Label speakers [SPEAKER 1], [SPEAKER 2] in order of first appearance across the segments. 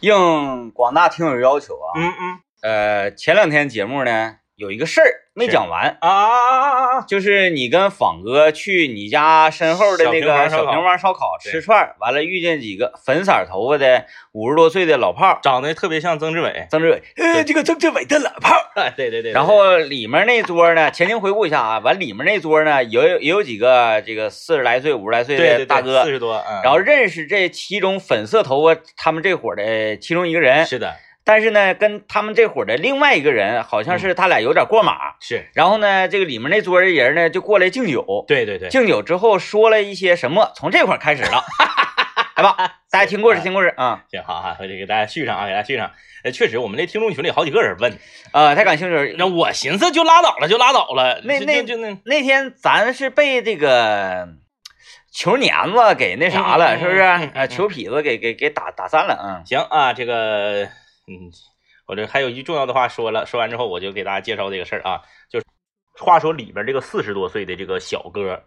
[SPEAKER 1] 应广大听友要求啊，
[SPEAKER 2] 嗯嗯
[SPEAKER 1] 呃，前两天节目呢有一个事儿没
[SPEAKER 2] 是
[SPEAKER 1] 讲完，
[SPEAKER 2] 啊啊啊啊啊！
[SPEAKER 1] 就是你跟仿哥去你家身后的那个
[SPEAKER 2] 小
[SPEAKER 1] 小
[SPEAKER 2] 平王烧烤
[SPEAKER 1] 平王烧烤
[SPEAKER 2] 对
[SPEAKER 1] 吃串儿，完了遇见几个粉色头发的五十多岁的老炮儿，
[SPEAKER 2] 长得特别像曾志伟。
[SPEAKER 1] 曾志伟，呃，这个曾志伟的老炮儿。
[SPEAKER 2] 哎，对对对。
[SPEAKER 1] 然后里面那桌呢，前情回顾一下啊，完里面那桌呢，也有也有几个这个四十来岁、五十来岁
[SPEAKER 2] 对对
[SPEAKER 1] 的
[SPEAKER 2] 对
[SPEAKER 1] 大哥，
[SPEAKER 2] 四十多，嗯
[SPEAKER 1] 然后认识这其中粉色头发他们这伙儿的其中一个人，
[SPEAKER 2] 是的，
[SPEAKER 1] 但是呢，跟他们这伙儿的另外一个人好
[SPEAKER 2] 嗯
[SPEAKER 1] 像是他俩有点过马，
[SPEAKER 2] 是
[SPEAKER 1] 然后呢，这个里面那桌的人呢就过来敬酒，
[SPEAKER 2] 对对对，
[SPEAKER 1] 敬酒之后说了一些什么，从这块儿开始了， 来吧，大家听故事，听故事啊，
[SPEAKER 2] 行好哈，回去给大家续上啊，给大家续上。呃，确实，我们这听众群里好几个人问，
[SPEAKER 1] 呃，太感兴趣
[SPEAKER 2] 那
[SPEAKER 1] 了。
[SPEAKER 2] 我寻思就拉倒了，就拉倒了。
[SPEAKER 1] 那
[SPEAKER 2] 就
[SPEAKER 1] 那
[SPEAKER 2] 就就那
[SPEAKER 1] 那天咱是被这个球碾子给那啥
[SPEAKER 2] 嗯嗯
[SPEAKER 1] 了，是不是？
[SPEAKER 2] 嗯嗯嗯
[SPEAKER 1] 啊，球痞子给给给打打散了，嗯。
[SPEAKER 2] 行啊，这个，嗯，我这还有一句重要的话说了，说完之后我就给大家介绍这个事儿啊，就是话说里边这个四十多岁的这个小哥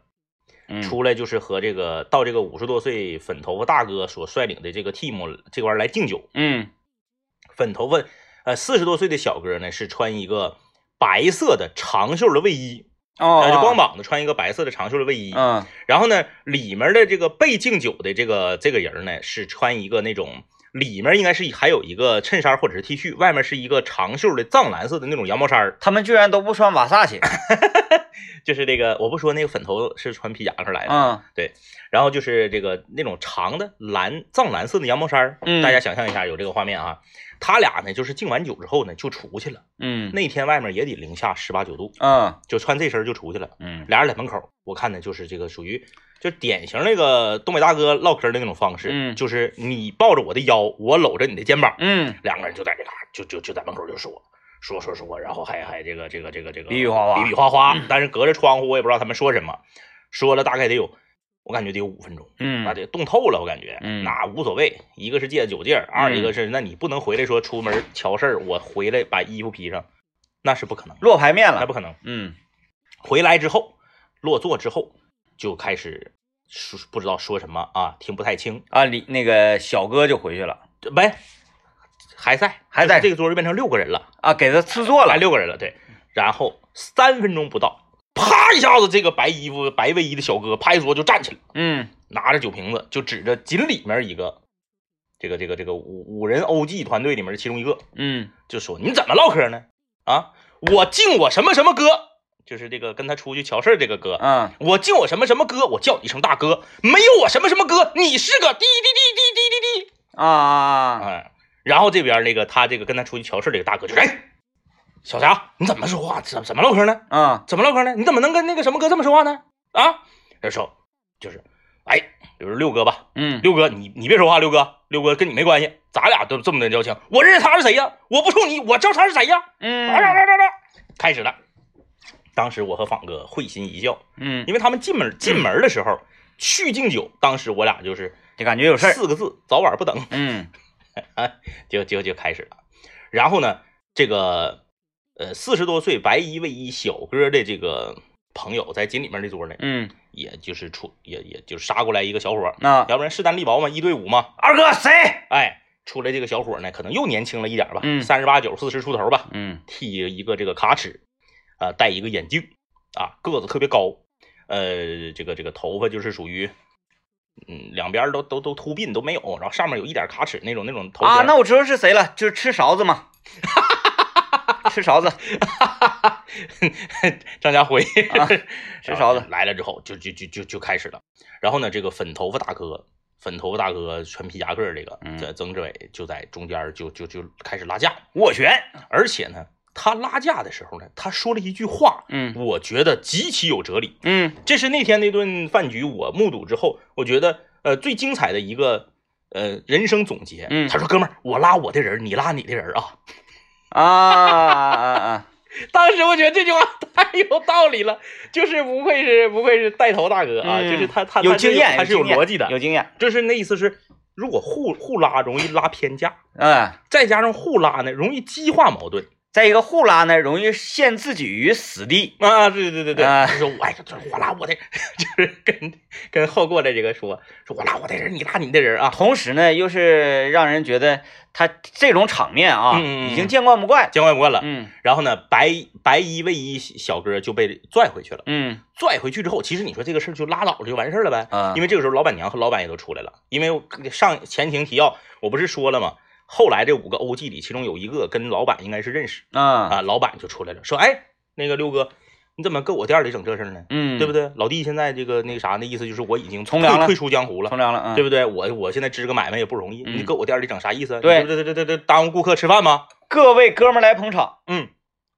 [SPEAKER 1] 嗯
[SPEAKER 2] 出来，就是和这个到这个五十多岁粉头发大哥所率领的这个 team 这块儿来敬酒。
[SPEAKER 1] 嗯
[SPEAKER 2] 粉头发，呃，四十多岁的小哥呢是穿一个白色的长袖的卫衣，
[SPEAKER 1] 哦，
[SPEAKER 2] 呃，就光
[SPEAKER 1] 膀，
[SPEAKER 2] 膀子穿一个白色的长袖的卫衣。
[SPEAKER 1] 嗯
[SPEAKER 2] 然后呢，里面的这个被敬酒的这个这个人呢，是穿一个那种里面应该是还有一个衬衫或者是 T 恤，外面是一个长袖的藏蓝色的那种羊毛衫儿，
[SPEAKER 1] 他们居然都不穿瓦萨
[SPEAKER 2] 哎
[SPEAKER 1] 奇，
[SPEAKER 2] 就是这个我不说那个粉头是穿皮夹克来的，
[SPEAKER 1] 嗯
[SPEAKER 2] 然后就是这个那种长的蓝藏蓝色的羊毛衫儿，
[SPEAKER 1] 嗯
[SPEAKER 2] 大家想象一下有这个画面啊。他俩呢，就是敬完酒之后呢，就出去了。
[SPEAKER 1] 嗯
[SPEAKER 2] 那天外面也得零下十八九度，
[SPEAKER 1] 嗯
[SPEAKER 2] 就穿这身儿就出去了。
[SPEAKER 1] 嗯
[SPEAKER 2] 俩人在门口，我看呢就是这个属于就典型那个东北大哥唠嗑的那种方式，
[SPEAKER 1] 嗯
[SPEAKER 2] 就是你抱着我的腰，我搂着你的肩膀，
[SPEAKER 1] 嗯，
[SPEAKER 2] 两个人就在这嘎就就就在门口就说说说说，然后还还这个这个这个这个
[SPEAKER 1] 比比划划嗯
[SPEAKER 2] 比比划划，但是隔着窗户我也不知道他们说什么，说了大概得有我感觉得有五分钟。
[SPEAKER 1] 嗯
[SPEAKER 2] 啊，得冻透了，我感觉，
[SPEAKER 1] 嗯
[SPEAKER 2] 那无所谓，一个是戒酒戒儿，二一个是，那你不能回来说出门瞧事儿，我回来把衣服披上，那是不可能，
[SPEAKER 1] 落牌面
[SPEAKER 2] 那
[SPEAKER 1] 了
[SPEAKER 2] 不，可能。
[SPEAKER 1] 嗯
[SPEAKER 2] 回来之后，落座之后就开始说不知道说什么啊，听不太清，
[SPEAKER 1] 啊，李那个小哥就回去了
[SPEAKER 2] 这没还在
[SPEAKER 1] 还在
[SPEAKER 2] 就是这个桌就变成六个人了，
[SPEAKER 1] 啊，给他赐座
[SPEAKER 2] 来
[SPEAKER 1] 了，
[SPEAKER 2] 六个人了，对。然后三分钟不到，啪一下子，这个白衣服白卫衣的小哥啪一桌就站起来，
[SPEAKER 1] 嗯
[SPEAKER 2] 拿着酒瓶子就指着仅里面一个。这个这个这个五五人 OG 团队里面的其中一个
[SPEAKER 1] 嗯
[SPEAKER 2] 就说：“你怎么唠嗑呢？啊，我敬我什么什么哥，就是这个跟他出去瞧事儿这个哥，
[SPEAKER 1] 嗯
[SPEAKER 2] 我敬我什么什么哥，我叫你一声大哥，没有我什么什么哥，你是个滴滴滴滴滴滴滴。
[SPEAKER 1] 啊啊啊，
[SPEAKER 2] 哎，然后这边那个他这个跟他出去瞧事儿这个大哥就说哎，小霞，你怎么说话？怎怎么唠嗑呢？
[SPEAKER 1] 嗯
[SPEAKER 2] 怎么唠嗑呢？你怎么能跟那个什么哥这么说话呢？啊，他说就是，哎，比如六哥吧，
[SPEAKER 1] 嗯
[SPEAKER 2] 六哥你你别说话，六哥，六哥跟你没关系，咱俩都这么的交情，我认识他是谁呀？我不冲你，我知道他是谁呀？啊来来
[SPEAKER 1] 嗯
[SPEAKER 2] 来来来，啊开始了。当时我和仿哥会心一笑。
[SPEAKER 1] 嗯，
[SPEAKER 2] 因为他们进门进门的时候去敬酒，当时我俩就是
[SPEAKER 1] 就感觉有事儿，
[SPEAKER 2] 四个字：早晚不等，
[SPEAKER 1] 嗯
[SPEAKER 2] 就就就开始了。然后呢，这个呃四十多岁白衣卫衣小哥的这个朋友在锦里面这桌呢，
[SPEAKER 1] 嗯，
[SPEAKER 2] 也就是出也也就杀过来一个小伙儿，
[SPEAKER 1] 那
[SPEAKER 2] 要不然势单力薄嘛，一对五嘛，
[SPEAKER 1] 二哥谁？
[SPEAKER 2] 哎，出来这个小伙儿呢，可能又年轻了一点儿吧，
[SPEAKER 1] 嗯
[SPEAKER 2] 三十八九、四十出头吧，
[SPEAKER 1] 嗯
[SPEAKER 2] 剃一个这个卡尺，啊、戴一个眼镜，啊，个子特别高，呃，这个这个头发就是属于，嗯，两边儿都都都秃鬓都没有，然后上面有一点卡尺那种那种头
[SPEAKER 1] 啊，
[SPEAKER 2] 型
[SPEAKER 1] 那我知道是谁了，就是吃勺子嘛， 吃勺子，
[SPEAKER 2] 张家辉，
[SPEAKER 1] 啊吃勺子
[SPEAKER 2] 然后来了之后就就就就就开始了，然后呢，这个粉头发大哥。粉头发大哥穿皮夹克儿这个，
[SPEAKER 1] 嗯
[SPEAKER 2] 这曾志伟就在中间儿就就就开始拉架，
[SPEAKER 1] 握拳，
[SPEAKER 2] 而且呢，他拉架的时候呢，他说了一句话，
[SPEAKER 1] 嗯
[SPEAKER 2] 我觉得极其有哲理。
[SPEAKER 1] 嗯
[SPEAKER 2] 这是那天那顿饭局我目睹之后，我觉得呃最精彩的一个呃人生总结。
[SPEAKER 1] 嗯
[SPEAKER 2] 他说：“哥们儿，我拉我的人，你拉你的人啊。
[SPEAKER 1] 啊啊啊啊，”
[SPEAKER 2] 当时我觉得这句话太有道理了， 就是不愧是不愧是带头大哥啊，
[SPEAKER 1] 嗯
[SPEAKER 2] 就是他他
[SPEAKER 1] 有
[SPEAKER 2] 他是
[SPEAKER 1] 经验，
[SPEAKER 2] 他是有
[SPEAKER 1] 经验
[SPEAKER 2] 逻辑的，
[SPEAKER 1] 有经验，
[SPEAKER 2] 就是那意思是，如果互互拉容易拉偏架，
[SPEAKER 1] 嗯
[SPEAKER 2] 再加上互拉呢容易激化矛盾。
[SPEAKER 1] 再一个，互拉呢容易陷自己于死地。
[SPEAKER 2] 啊，对对对对，
[SPEAKER 1] 啊
[SPEAKER 2] 就说我哎呀，这我拉我的， 就是跟跟后过来这个说，说我拉我的人，你拉你的人啊，
[SPEAKER 1] 同时呢，又是让人觉得他这种场面啊，
[SPEAKER 2] 嗯嗯嗯
[SPEAKER 1] 已经见惯不怪。
[SPEAKER 2] 见怪不怪了。
[SPEAKER 1] 嗯
[SPEAKER 2] 然后呢，白白衣卫衣小哥就被拽回去了。
[SPEAKER 1] 嗯
[SPEAKER 2] 拽回去之后，其实你说这个事儿就拉倒就完事儿了呗。
[SPEAKER 1] 啊，
[SPEAKER 2] 因为这个时候老板娘和老板也都出来了，因为上前情提要我不是说了吗？后来这五个欧记里，其中有一个跟老板应该是认识
[SPEAKER 1] 啊
[SPEAKER 2] 啊，老板就出来了，说哎，那个六哥，你怎么搁我店里整这事儿呢？
[SPEAKER 1] 嗯，
[SPEAKER 2] 对不？对？老弟现在这个那个啥，那意思就是我已经
[SPEAKER 1] 从良
[SPEAKER 2] 退
[SPEAKER 1] 了
[SPEAKER 2] 退出江湖了，
[SPEAKER 1] 从良了，嗯，
[SPEAKER 2] 对不对？我我现在支个买卖也不容易，你
[SPEAKER 1] 嗯
[SPEAKER 2] 搁我店里整啥意思啊？
[SPEAKER 1] 对
[SPEAKER 2] 你这这这这这耽误顾客吃饭吗？
[SPEAKER 1] 各位哥们儿来捧场，
[SPEAKER 2] 嗯，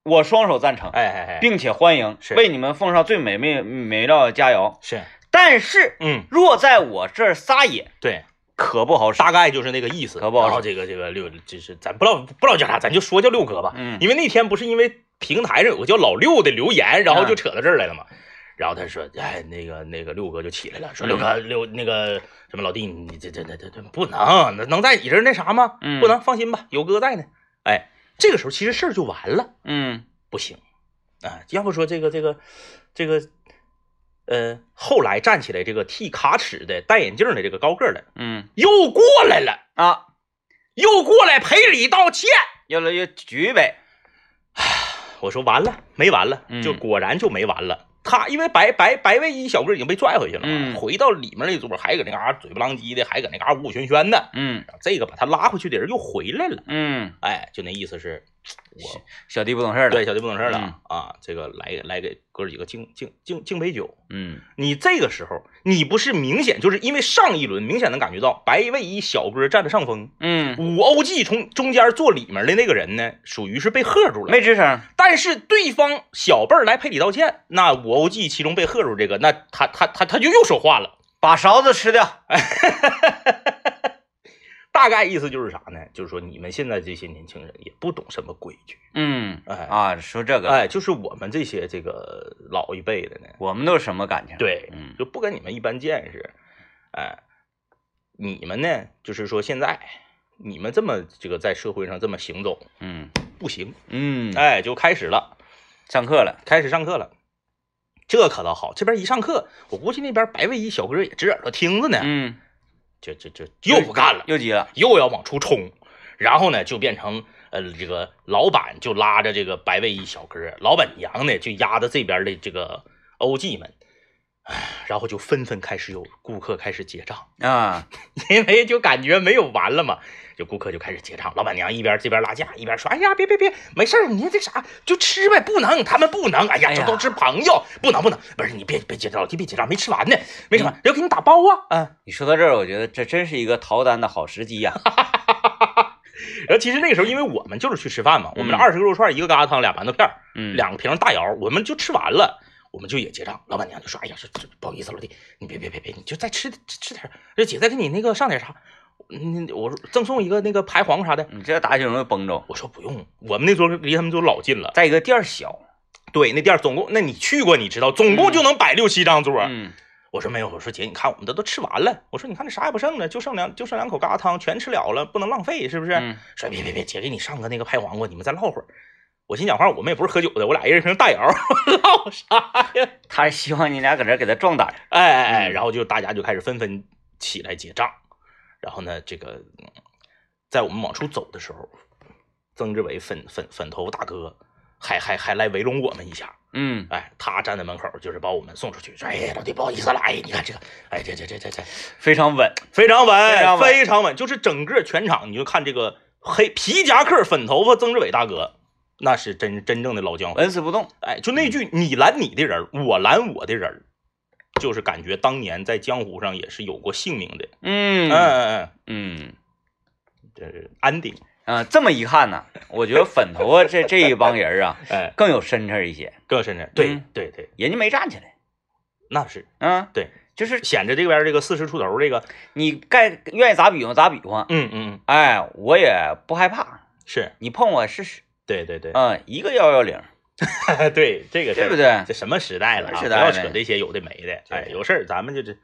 [SPEAKER 1] 我双手赞成，
[SPEAKER 2] 哎哎哎，
[SPEAKER 1] 并且欢迎，
[SPEAKER 2] 是
[SPEAKER 1] 为你们奉上最美味美料的佳肴。
[SPEAKER 2] 是，
[SPEAKER 1] 但是
[SPEAKER 2] 嗯，
[SPEAKER 1] 若在我这儿撒野，
[SPEAKER 2] 对，
[SPEAKER 1] 可不好使。
[SPEAKER 2] 大概就是那个意思。
[SPEAKER 1] 可不好
[SPEAKER 2] 然后这个这个六，就是咱不知道不知道叫啥，咱就说叫六哥吧。
[SPEAKER 1] 嗯
[SPEAKER 2] 因为那天不是因为平台上有个叫老六的留言，然后
[SPEAKER 1] 嗯
[SPEAKER 2] 就扯到这儿来了嘛。然后他说：“哎，那个那个六哥就起来了，说六
[SPEAKER 1] 嗯
[SPEAKER 2] 哥六那个什么老弟，你这这这这这不能，那能在你这儿那啥吗？
[SPEAKER 1] 嗯
[SPEAKER 2] 不能，放心吧，有哥在呢。”哎，这个时候其实事儿就完了，
[SPEAKER 1] 嗯
[SPEAKER 2] 不行啊！要不说这个这个这个，呃，后来站起来这个剃卡尺的、戴眼镜的这个高个儿的
[SPEAKER 1] 嗯
[SPEAKER 2] 又过来了。
[SPEAKER 1] 啊，
[SPEAKER 2] 又过来赔礼道歉。
[SPEAKER 1] 越来越举呗。
[SPEAKER 2] 我说完了，没完了，
[SPEAKER 1] 嗯
[SPEAKER 2] 就果然就没完了。他因为白白白卫衣小哥已经被拽回去了嘛，
[SPEAKER 1] 嗯
[SPEAKER 2] 回到里面那桌还搁那嘎、嘴不浪叽的，还搁那嘎、舞舞旋旋的。
[SPEAKER 1] 嗯
[SPEAKER 2] 然后这个把他拉回去的人又回来了，
[SPEAKER 1] 嗯，
[SPEAKER 2] 哎，就那意思是，
[SPEAKER 1] 是嗯
[SPEAKER 2] 我
[SPEAKER 1] 小弟不懂事儿了。
[SPEAKER 2] 对，小弟不懂事儿了、啊，这个来来给哥几个敬敬敬敬杯酒。
[SPEAKER 1] 嗯
[SPEAKER 2] 你这个时候，你不是明显就是因为上一轮明显能感觉到白卫衣小哥占了上风，
[SPEAKER 1] 嗯，
[SPEAKER 2] 五欧记从中间坐里面的那个人呢，属于是被喝住了，
[SPEAKER 1] 没吱声。
[SPEAKER 2] 但是对方小辈儿来赔礼道歉，那我欧记其中被喝住这个，那他他他他就又说话了，
[SPEAKER 1] 把勺子吃掉。
[SPEAKER 2] 大概意思就是啥呢？就是说你们现在这些年轻人也不懂什么规矩，
[SPEAKER 1] 嗯
[SPEAKER 2] 哎
[SPEAKER 1] 啊，说这个，
[SPEAKER 2] 哎，就是我们这些这个老一辈的呢，
[SPEAKER 1] 我们都是什么感情？，
[SPEAKER 2] 对，
[SPEAKER 1] 嗯
[SPEAKER 2] 就不跟你们一般见识，哎，你们呢，就是说现在你们这么这个在社会上这么行走
[SPEAKER 1] 嗯
[SPEAKER 2] 不行，
[SPEAKER 1] 嗯，
[SPEAKER 2] 哎，就开始了。
[SPEAKER 1] 上课了。
[SPEAKER 2] 开始上课了。这可倒好，这边一上课，我估计那边白卫衣小哥也直耳朵听着呢，
[SPEAKER 1] 嗯，
[SPEAKER 2] 这这这哎又不干了，
[SPEAKER 1] 又急了。
[SPEAKER 2] 又要往出冲，然后呢就变成呃这个老板就拉着这个白卫衣小哥，老板娘呢就压着这边的这个欧记们，唉然后就纷纷开始有顾客开始结账，
[SPEAKER 1] 啊，
[SPEAKER 2] 因为就感觉没有完了嘛，就顾客就开始结账，老板娘一边这边拉架，一边说：“哎呀，别别别，没事儿，你这啥就吃呗，不能，他们不能，哎呀，
[SPEAKER 1] 哎
[SPEAKER 2] 这
[SPEAKER 1] 呀
[SPEAKER 2] 都是朋友，不能不能，不是你别别结账，老弟别结账，没吃完呢，没什么，
[SPEAKER 1] 嗯
[SPEAKER 2] 要给你打包啊，啊。
[SPEAKER 1] 你说到这儿，我觉得这真是一个逃单的好时机呀。
[SPEAKER 2] 然后其实那个时候，因为我们就是去吃饭嘛，我们这
[SPEAKER 1] 嗯
[SPEAKER 2] 二十个肉串，一个疙瘩汤，俩馒头片儿，
[SPEAKER 1] 嗯，
[SPEAKER 2] 两瓶大窑，我们就吃完了。我们就也结账，老板娘就说：“哎呀，这这不好意思，老弟，你别别别别，你就再吃吃吃点儿，这姐再给你那个上点啥，嗯，我说赠送一个那个排黄瓜啥的。”
[SPEAKER 1] 你这打起容易崩着。
[SPEAKER 2] 我说不用，我们那桌离他们桌老近了。
[SPEAKER 1] 再一个店儿小，
[SPEAKER 2] 对，那店儿总共，那你去过你知道，总共就能摆六七张桌。
[SPEAKER 1] 嗯
[SPEAKER 2] 我说没有，我说姐，你看我们这都吃完了，我说你看这啥也不剩了，就剩两就剩两口疙瘩汤，全吃了了，不能浪费，是不是？啊
[SPEAKER 1] 嗯
[SPEAKER 2] 说别别别，姐给你上个那个拍黄瓜，你们再唠会儿。我心想话，我们也不是喝酒的，我俩一人一瓶大窑，唠啥呀？
[SPEAKER 1] 他是希望你俩搁这儿给他壮胆。
[SPEAKER 2] 哎哎哎，
[SPEAKER 1] 嗯
[SPEAKER 2] 然后就大家就开始纷纷起来结账，然后呢，这个嗯在我们往出走的时候，曾志伟粉粉粉头大哥还还还来围拢我们一下，
[SPEAKER 1] 嗯，
[SPEAKER 2] 哎，他站在门口就是把我们送出去，说哎呀老弟不好意思了，哎你看这个，哎这这这这这
[SPEAKER 1] 非常稳。
[SPEAKER 2] 非常稳，
[SPEAKER 1] 非常稳
[SPEAKER 2] 非常稳，就是整个全场你就看这个黑皮夹克粉头发曾志伟大哥。那是真真正的老江湖，
[SPEAKER 1] 纹丝不动。
[SPEAKER 2] 哎，就那句“你拦你的人儿，我拦我的人儿”，就是感觉当年在江湖上也是有过姓名的。
[SPEAKER 1] 嗯
[SPEAKER 2] 嗯嗯
[SPEAKER 1] 嗯
[SPEAKER 2] 嗯，这是安定。
[SPEAKER 1] 啊，这么一看呢，我觉得粉头发这这一帮人儿啊，
[SPEAKER 2] 哎，
[SPEAKER 1] 更有深沉一些，
[SPEAKER 2] 更深圳。对
[SPEAKER 1] 嗯
[SPEAKER 2] 对对，
[SPEAKER 1] 人家没站起来
[SPEAKER 2] 那是
[SPEAKER 1] 啊。
[SPEAKER 2] 对，
[SPEAKER 1] 就是
[SPEAKER 2] 显着这边这个四十出头这个，
[SPEAKER 1] 你该愿意咋比划咋比划，
[SPEAKER 2] 嗯嗯嗯，
[SPEAKER 1] 哎，我也不害怕，
[SPEAKER 2] 是
[SPEAKER 1] 你碰我试试。
[SPEAKER 2] 对对对，
[SPEAKER 1] 嗯，一个幺幺零，
[SPEAKER 2] 对这个事
[SPEAKER 1] 对
[SPEAKER 2] 儿
[SPEAKER 1] 不？对？
[SPEAKER 2] 这什么时代了
[SPEAKER 1] 什
[SPEAKER 2] 啊？
[SPEAKER 1] 么时
[SPEAKER 2] 不
[SPEAKER 1] 代
[SPEAKER 2] 要
[SPEAKER 1] 了
[SPEAKER 2] 扯这些有的没的。哎，
[SPEAKER 1] 对
[SPEAKER 2] 有事儿咱们就这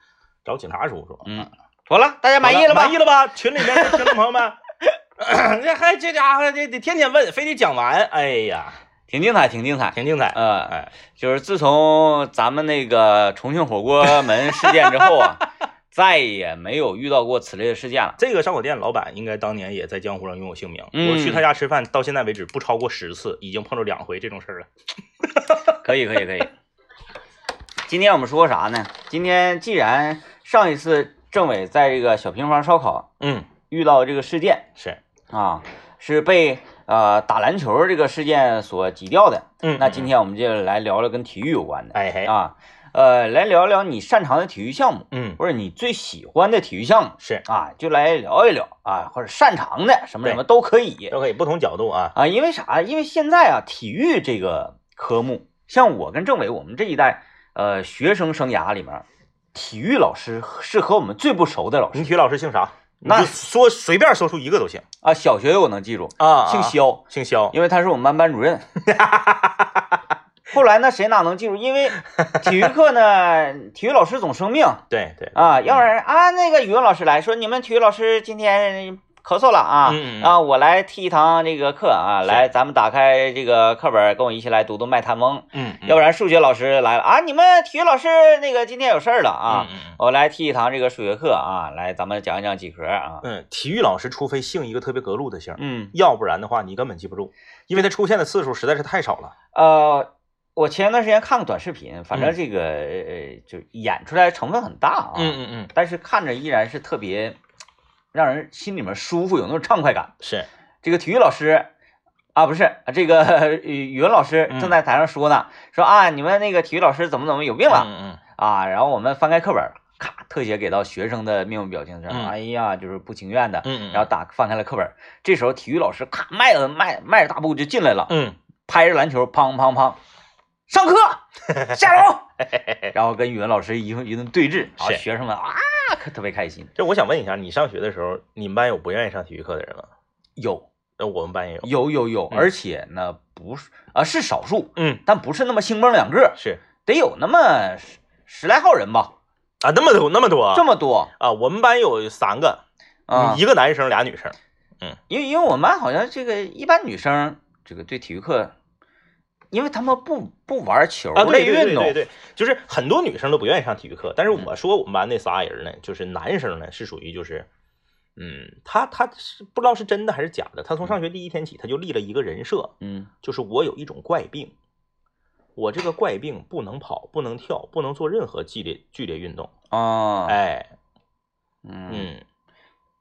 [SPEAKER 2] 找警察叔叔。啊
[SPEAKER 1] 嗯，妥了，大家满意了吧？
[SPEAKER 2] 满意了吧？群里面的听众朋友们， 这还这家伙这得天天问，非得讲完，哎呀，
[SPEAKER 1] 挺精彩，挺精彩。
[SPEAKER 2] 挺精彩。
[SPEAKER 1] 呃，
[SPEAKER 2] 哎，
[SPEAKER 1] 就是自从咱们那个重庆火锅门事件之后啊， 再也没有遇到过此类的事件了。
[SPEAKER 2] 这个烧烤店老板应该当年也在江湖上拥有姓名。
[SPEAKER 1] 嗯
[SPEAKER 2] 我去他家吃饭到现在为止不超过十次，已经碰着两回这种事儿了。
[SPEAKER 1] 可以，可以，可以。今天我们说啥呢？今天既然上一次政委在这个小平房烧烤
[SPEAKER 2] 嗯，
[SPEAKER 1] 遇到这个事件
[SPEAKER 2] 是，
[SPEAKER 1] 啊，是被呃打篮球这个事件所挤掉的，
[SPEAKER 2] 嗯
[SPEAKER 1] 那今，天我们就来聊聊跟体育有关的
[SPEAKER 2] 哎嘿，
[SPEAKER 1] 啊，呃，来聊聊你擅长的体育项目，
[SPEAKER 2] 嗯，
[SPEAKER 1] 或者你最喜欢的体育项目
[SPEAKER 2] 是，
[SPEAKER 1] 啊，就来聊一聊啊，或者擅长的什么什么都可以
[SPEAKER 2] 都可以不同角度啊。
[SPEAKER 1] 啊，因为啥？因为现在啊，体育这个科目，像我跟政委我们这一代呃学生生涯里面，体育老师是和我们最不熟的老师
[SPEAKER 2] 你体育老师姓啥？
[SPEAKER 1] 那
[SPEAKER 2] 你就说随便说出一个都行
[SPEAKER 1] 啊，小学我能记住，
[SPEAKER 2] 啊
[SPEAKER 1] 姓
[SPEAKER 2] 姓肖，
[SPEAKER 1] 肖，
[SPEAKER 2] 姓肖，
[SPEAKER 1] 因为他是我们班班主任。 后来呢，谁哪能记住？因为体育课呢，体育老师总生病
[SPEAKER 2] 对对，
[SPEAKER 1] 啊，要不然啊，那个语文老师来说，你们体育老师今天咳嗽了啊，
[SPEAKER 2] 嗯嗯嗯
[SPEAKER 1] 啊，我来替一堂这个课啊，来，咱们打开这个课本，跟我一起来读读《麦探翁》。
[SPEAKER 2] 嗯，
[SPEAKER 1] 要
[SPEAKER 2] 不
[SPEAKER 1] 不然数学老师来了啊，你们体育老师那个今天有事儿了啊，
[SPEAKER 2] 嗯
[SPEAKER 1] 我来替一堂这个数学课啊，来，咱们讲一讲几何啊，
[SPEAKER 2] 嗯，体育老师除非姓一个特别格路的姓，
[SPEAKER 1] 嗯。
[SPEAKER 2] 要不然的话你根本记不住，因为他出现的次数实在是太少了。
[SPEAKER 1] 呃，我前一段时间看个短视频，反正
[SPEAKER 2] 嗯
[SPEAKER 1] 这个呃，就演出来成分很大啊，
[SPEAKER 2] 嗯嗯，
[SPEAKER 1] 但是看着依然是特别让人心里面舒服，有那种畅快感。
[SPEAKER 2] 是，
[SPEAKER 1] 这个体育老师啊，不是啊这个呃语语文老师
[SPEAKER 2] 嗯
[SPEAKER 1] 正在台上说呢，说啊，你们那个体育老师怎么怎么有病了、
[SPEAKER 2] 嗯
[SPEAKER 1] 啊，然后我们翻开课本，咔，特写给到学生的面部表情上，
[SPEAKER 2] 嗯
[SPEAKER 1] 哎呀，就是不情愿的。
[SPEAKER 2] 嗯嗯，
[SPEAKER 1] 然后打翻开了课本，这时候体育老师咔迈着迈迈着大步就进来了，
[SPEAKER 2] 嗯
[SPEAKER 1] 拍着篮球，砰砰砰，上课，下 楼，然后跟语文老师一顿一顿对峙，啊，
[SPEAKER 2] 是
[SPEAKER 1] 学生们啊，可特别开心。
[SPEAKER 2] 这我想问一下，你上学的时候，你们班有不愿意上体育课的人吗？
[SPEAKER 1] 有
[SPEAKER 2] 那我们班也有。
[SPEAKER 1] 有有有，
[SPEAKER 2] 嗯
[SPEAKER 1] 而且呢，不是啊，是少数，
[SPEAKER 2] 嗯，
[SPEAKER 1] 但不是那么兴崩两个，
[SPEAKER 2] 是
[SPEAKER 1] 得有那么十十来号人吧，
[SPEAKER 2] 啊，那么多那么多啊，嗯
[SPEAKER 1] 这么多
[SPEAKER 2] 啊，我们班有三个，
[SPEAKER 1] 啊，
[SPEAKER 2] 一个男生，俩女生。
[SPEAKER 1] 因为因为我们班好像这个一般女生这个对体育课，因为他们不不玩球
[SPEAKER 2] 啊，
[SPEAKER 1] 类
[SPEAKER 2] 对对
[SPEAKER 1] 运
[SPEAKER 2] 对
[SPEAKER 1] 动嗯
[SPEAKER 2] 对，对，就是很多女生都不愿意上体育课，但是我说我们班那仨人呢，就是男生呢是属于就是，嗯，他他是不知道是真的还是假的，他从上学第一天起他就立了一个人设，
[SPEAKER 1] 嗯
[SPEAKER 2] 就是我有一种怪病，我这个怪病不能跑，不能跳，不能做任何激烈剧烈运动，
[SPEAKER 1] 啊，
[SPEAKER 2] 哎，
[SPEAKER 1] 嗯，
[SPEAKER 2] 嗯，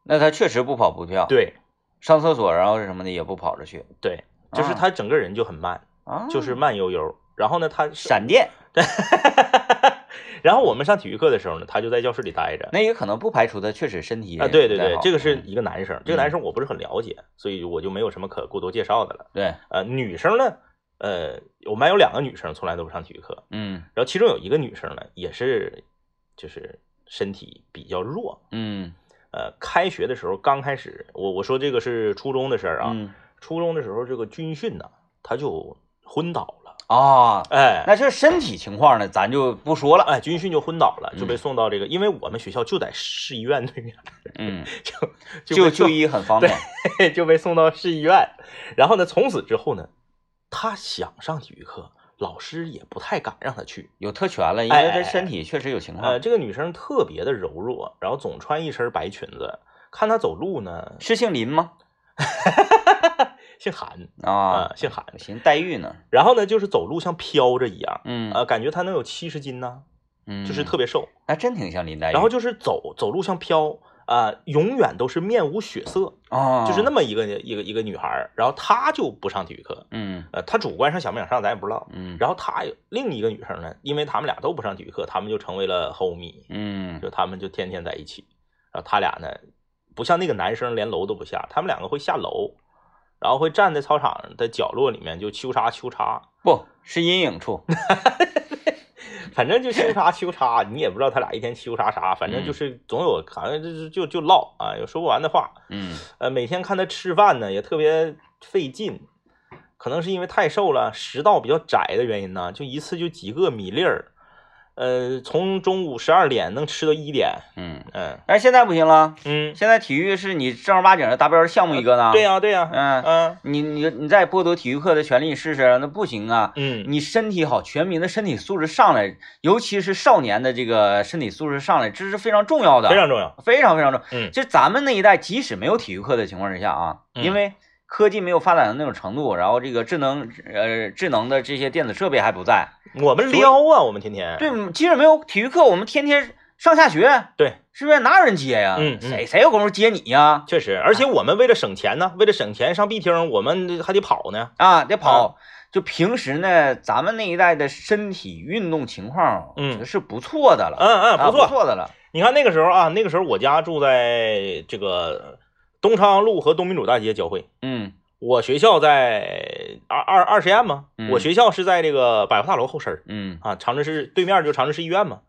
[SPEAKER 1] 那他确实不跑不跳，
[SPEAKER 2] 对
[SPEAKER 1] 上厕所然后什么的也不跑着去。
[SPEAKER 2] 对，就是他整个人就很慢，
[SPEAKER 1] 啊，
[SPEAKER 2] 就是慢悠悠，然后呢他是，
[SPEAKER 1] 闪电，
[SPEAKER 2] 然后我们上体育课的时候呢，他就在教室里待着。
[SPEAKER 1] 那也可能不排除他确实身体
[SPEAKER 2] 啊，对对
[SPEAKER 1] 不太
[SPEAKER 2] 对
[SPEAKER 1] 好，
[SPEAKER 2] 这个是
[SPEAKER 1] 嗯
[SPEAKER 2] 一个男生，这个男生我不是很了解，所以我就没有什么可过多介绍的了。
[SPEAKER 1] 对，
[SPEAKER 2] 呃，女生呢，呃，我们班有两个女生从来都不上体育课，
[SPEAKER 1] 嗯
[SPEAKER 2] 然后其中有一个女生呢，也是就是身体比较弱。
[SPEAKER 1] 嗯
[SPEAKER 2] 呃，开学的时候刚开始，我我说这个是初中的事儿啊，
[SPEAKER 1] 嗯
[SPEAKER 2] 初中的时候这个军训呢，她就昏倒了，
[SPEAKER 1] 啊，
[SPEAKER 2] 哎。
[SPEAKER 1] 那这身体情况呢，咱就不说了，
[SPEAKER 2] 哎，军训就昏倒了，就被
[SPEAKER 1] 嗯
[SPEAKER 2] 送到这个，因为我们学校就在市医院对面，
[SPEAKER 1] 嗯，
[SPEAKER 2] 就
[SPEAKER 1] 就就
[SPEAKER 2] 被送
[SPEAKER 1] 医很方便，
[SPEAKER 2] 就被送到市医院。然后呢，从此之后呢，他想上体育课，老师也不太敢让他去。
[SPEAKER 1] 有特权了，因
[SPEAKER 2] 哎
[SPEAKER 1] 为
[SPEAKER 2] 哎
[SPEAKER 1] 他
[SPEAKER 2] 哎
[SPEAKER 1] 身体确实有情
[SPEAKER 2] 呃，
[SPEAKER 1] 况，
[SPEAKER 2] 这个女生特别的柔弱，然后总穿一身白裙子。看她走路呢，
[SPEAKER 1] 是姓林吗？
[SPEAKER 2] 姓韩啊、
[SPEAKER 1] 啊，
[SPEAKER 2] 姓韩。
[SPEAKER 1] 我寻思黛玉呢，
[SPEAKER 2] 然后呢，就是走路像飘着一样，
[SPEAKER 1] 嗯
[SPEAKER 2] 呃，感觉她能有七十斤呢、
[SPEAKER 1] 嗯，哎
[SPEAKER 2] 就是特别瘦。
[SPEAKER 1] 还真挺像林黛玉，
[SPEAKER 2] 然后就是走走路像飘。啊、永远都是面无血色，
[SPEAKER 1] 啊，
[SPEAKER 2] 就是那么一个一个一个女孩儿。然后她就不上体育课，
[SPEAKER 1] 嗯
[SPEAKER 2] 呃，她主观上想不想上咱也不知道。
[SPEAKER 1] 嗯
[SPEAKER 2] 然后她有另一个女生呢，因为他们俩都不上体育课，他们就成为了 homie，
[SPEAKER 1] 嗯
[SPEAKER 2] 就他们就天天在一起。然后他俩呢，不像那个男生连楼都不下，他们两个会下楼，然后会站在操场的角落里面就秋叉秋叉，
[SPEAKER 1] 不是阴影 处，
[SPEAKER 2] 反正就秋叉秋叉，你也不知道他俩一天秋叉啥，反正
[SPEAKER 1] 嗯
[SPEAKER 2] 就是总有好像就是就就唠啊，有说不完的话。
[SPEAKER 1] 嗯
[SPEAKER 2] 呃，每天看他吃饭呢，也特别费劲，可能是因为太瘦了，食道比较窄的原因呢，就一次就几个米粒儿，呃，从中午十二点能吃到一点，
[SPEAKER 1] 嗯，
[SPEAKER 2] 嗯
[SPEAKER 1] 但是现在不行了，
[SPEAKER 2] 嗯，
[SPEAKER 1] 现在体育是你正儿八经的达标项目一个呢。
[SPEAKER 2] 呃对、呀对呀，
[SPEAKER 1] 嗯，
[SPEAKER 2] 啊嗯
[SPEAKER 1] 你你你再剥夺体育课的权利试试，那不行啊。
[SPEAKER 2] 嗯
[SPEAKER 1] 你身体好，全民的身体素质上来，尤其是少年的这个身体素质上来，这是非常重要的，
[SPEAKER 2] 非常重要，
[SPEAKER 1] 非常非常重要。
[SPEAKER 2] 嗯
[SPEAKER 1] 就咱们那一代，即使没有体育课的情况之下啊，
[SPEAKER 2] 嗯
[SPEAKER 1] 因为科技没有发展到那种程度，然后这个智能呃智能的这些电子设备还不在，
[SPEAKER 2] 我们撩啊，我们天天，
[SPEAKER 1] 对，即使没有体育课，我们天天上下学，
[SPEAKER 2] 对，
[SPEAKER 1] 是不是哪有人接呀？
[SPEAKER 2] 嗯嗯
[SPEAKER 1] 谁谁有功夫接你呀？
[SPEAKER 2] 确实，而且我们为了省钱呢，为了省钱上 B 厅，我们还得跑呢，
[SPEAKER 1] 啊，得
[SPEAKER 2] 嗯
[SPEAKER 1] 跑。就平时呢，咱们那一代的身体运动情况，
[SPEAKER 2] 嗯
[SPEAKER 1] 我觉得是不错的了，
[SPEAKER 2] 嗯嗯，
[SPEAKER 1] 啊
[SPEAKER 2] 不错，
[SPEAKER 1] 错的了。
[SPEAKER 2] 你看那个时候啊，那个时候我家住在这个东昌路和东民主大街交汇，
[SPEAKER 1] 嗯
[SPEAKER 2] 我学校在二二二实验嘛，
[SPEAKER 1] 嗯
[SPEAKER 2] 我学校是在这个百货大楼后身儿
[SPEAKER 1] 嗯
[SPEAKER 2] 啊，长治市对面就长治市医院嘛，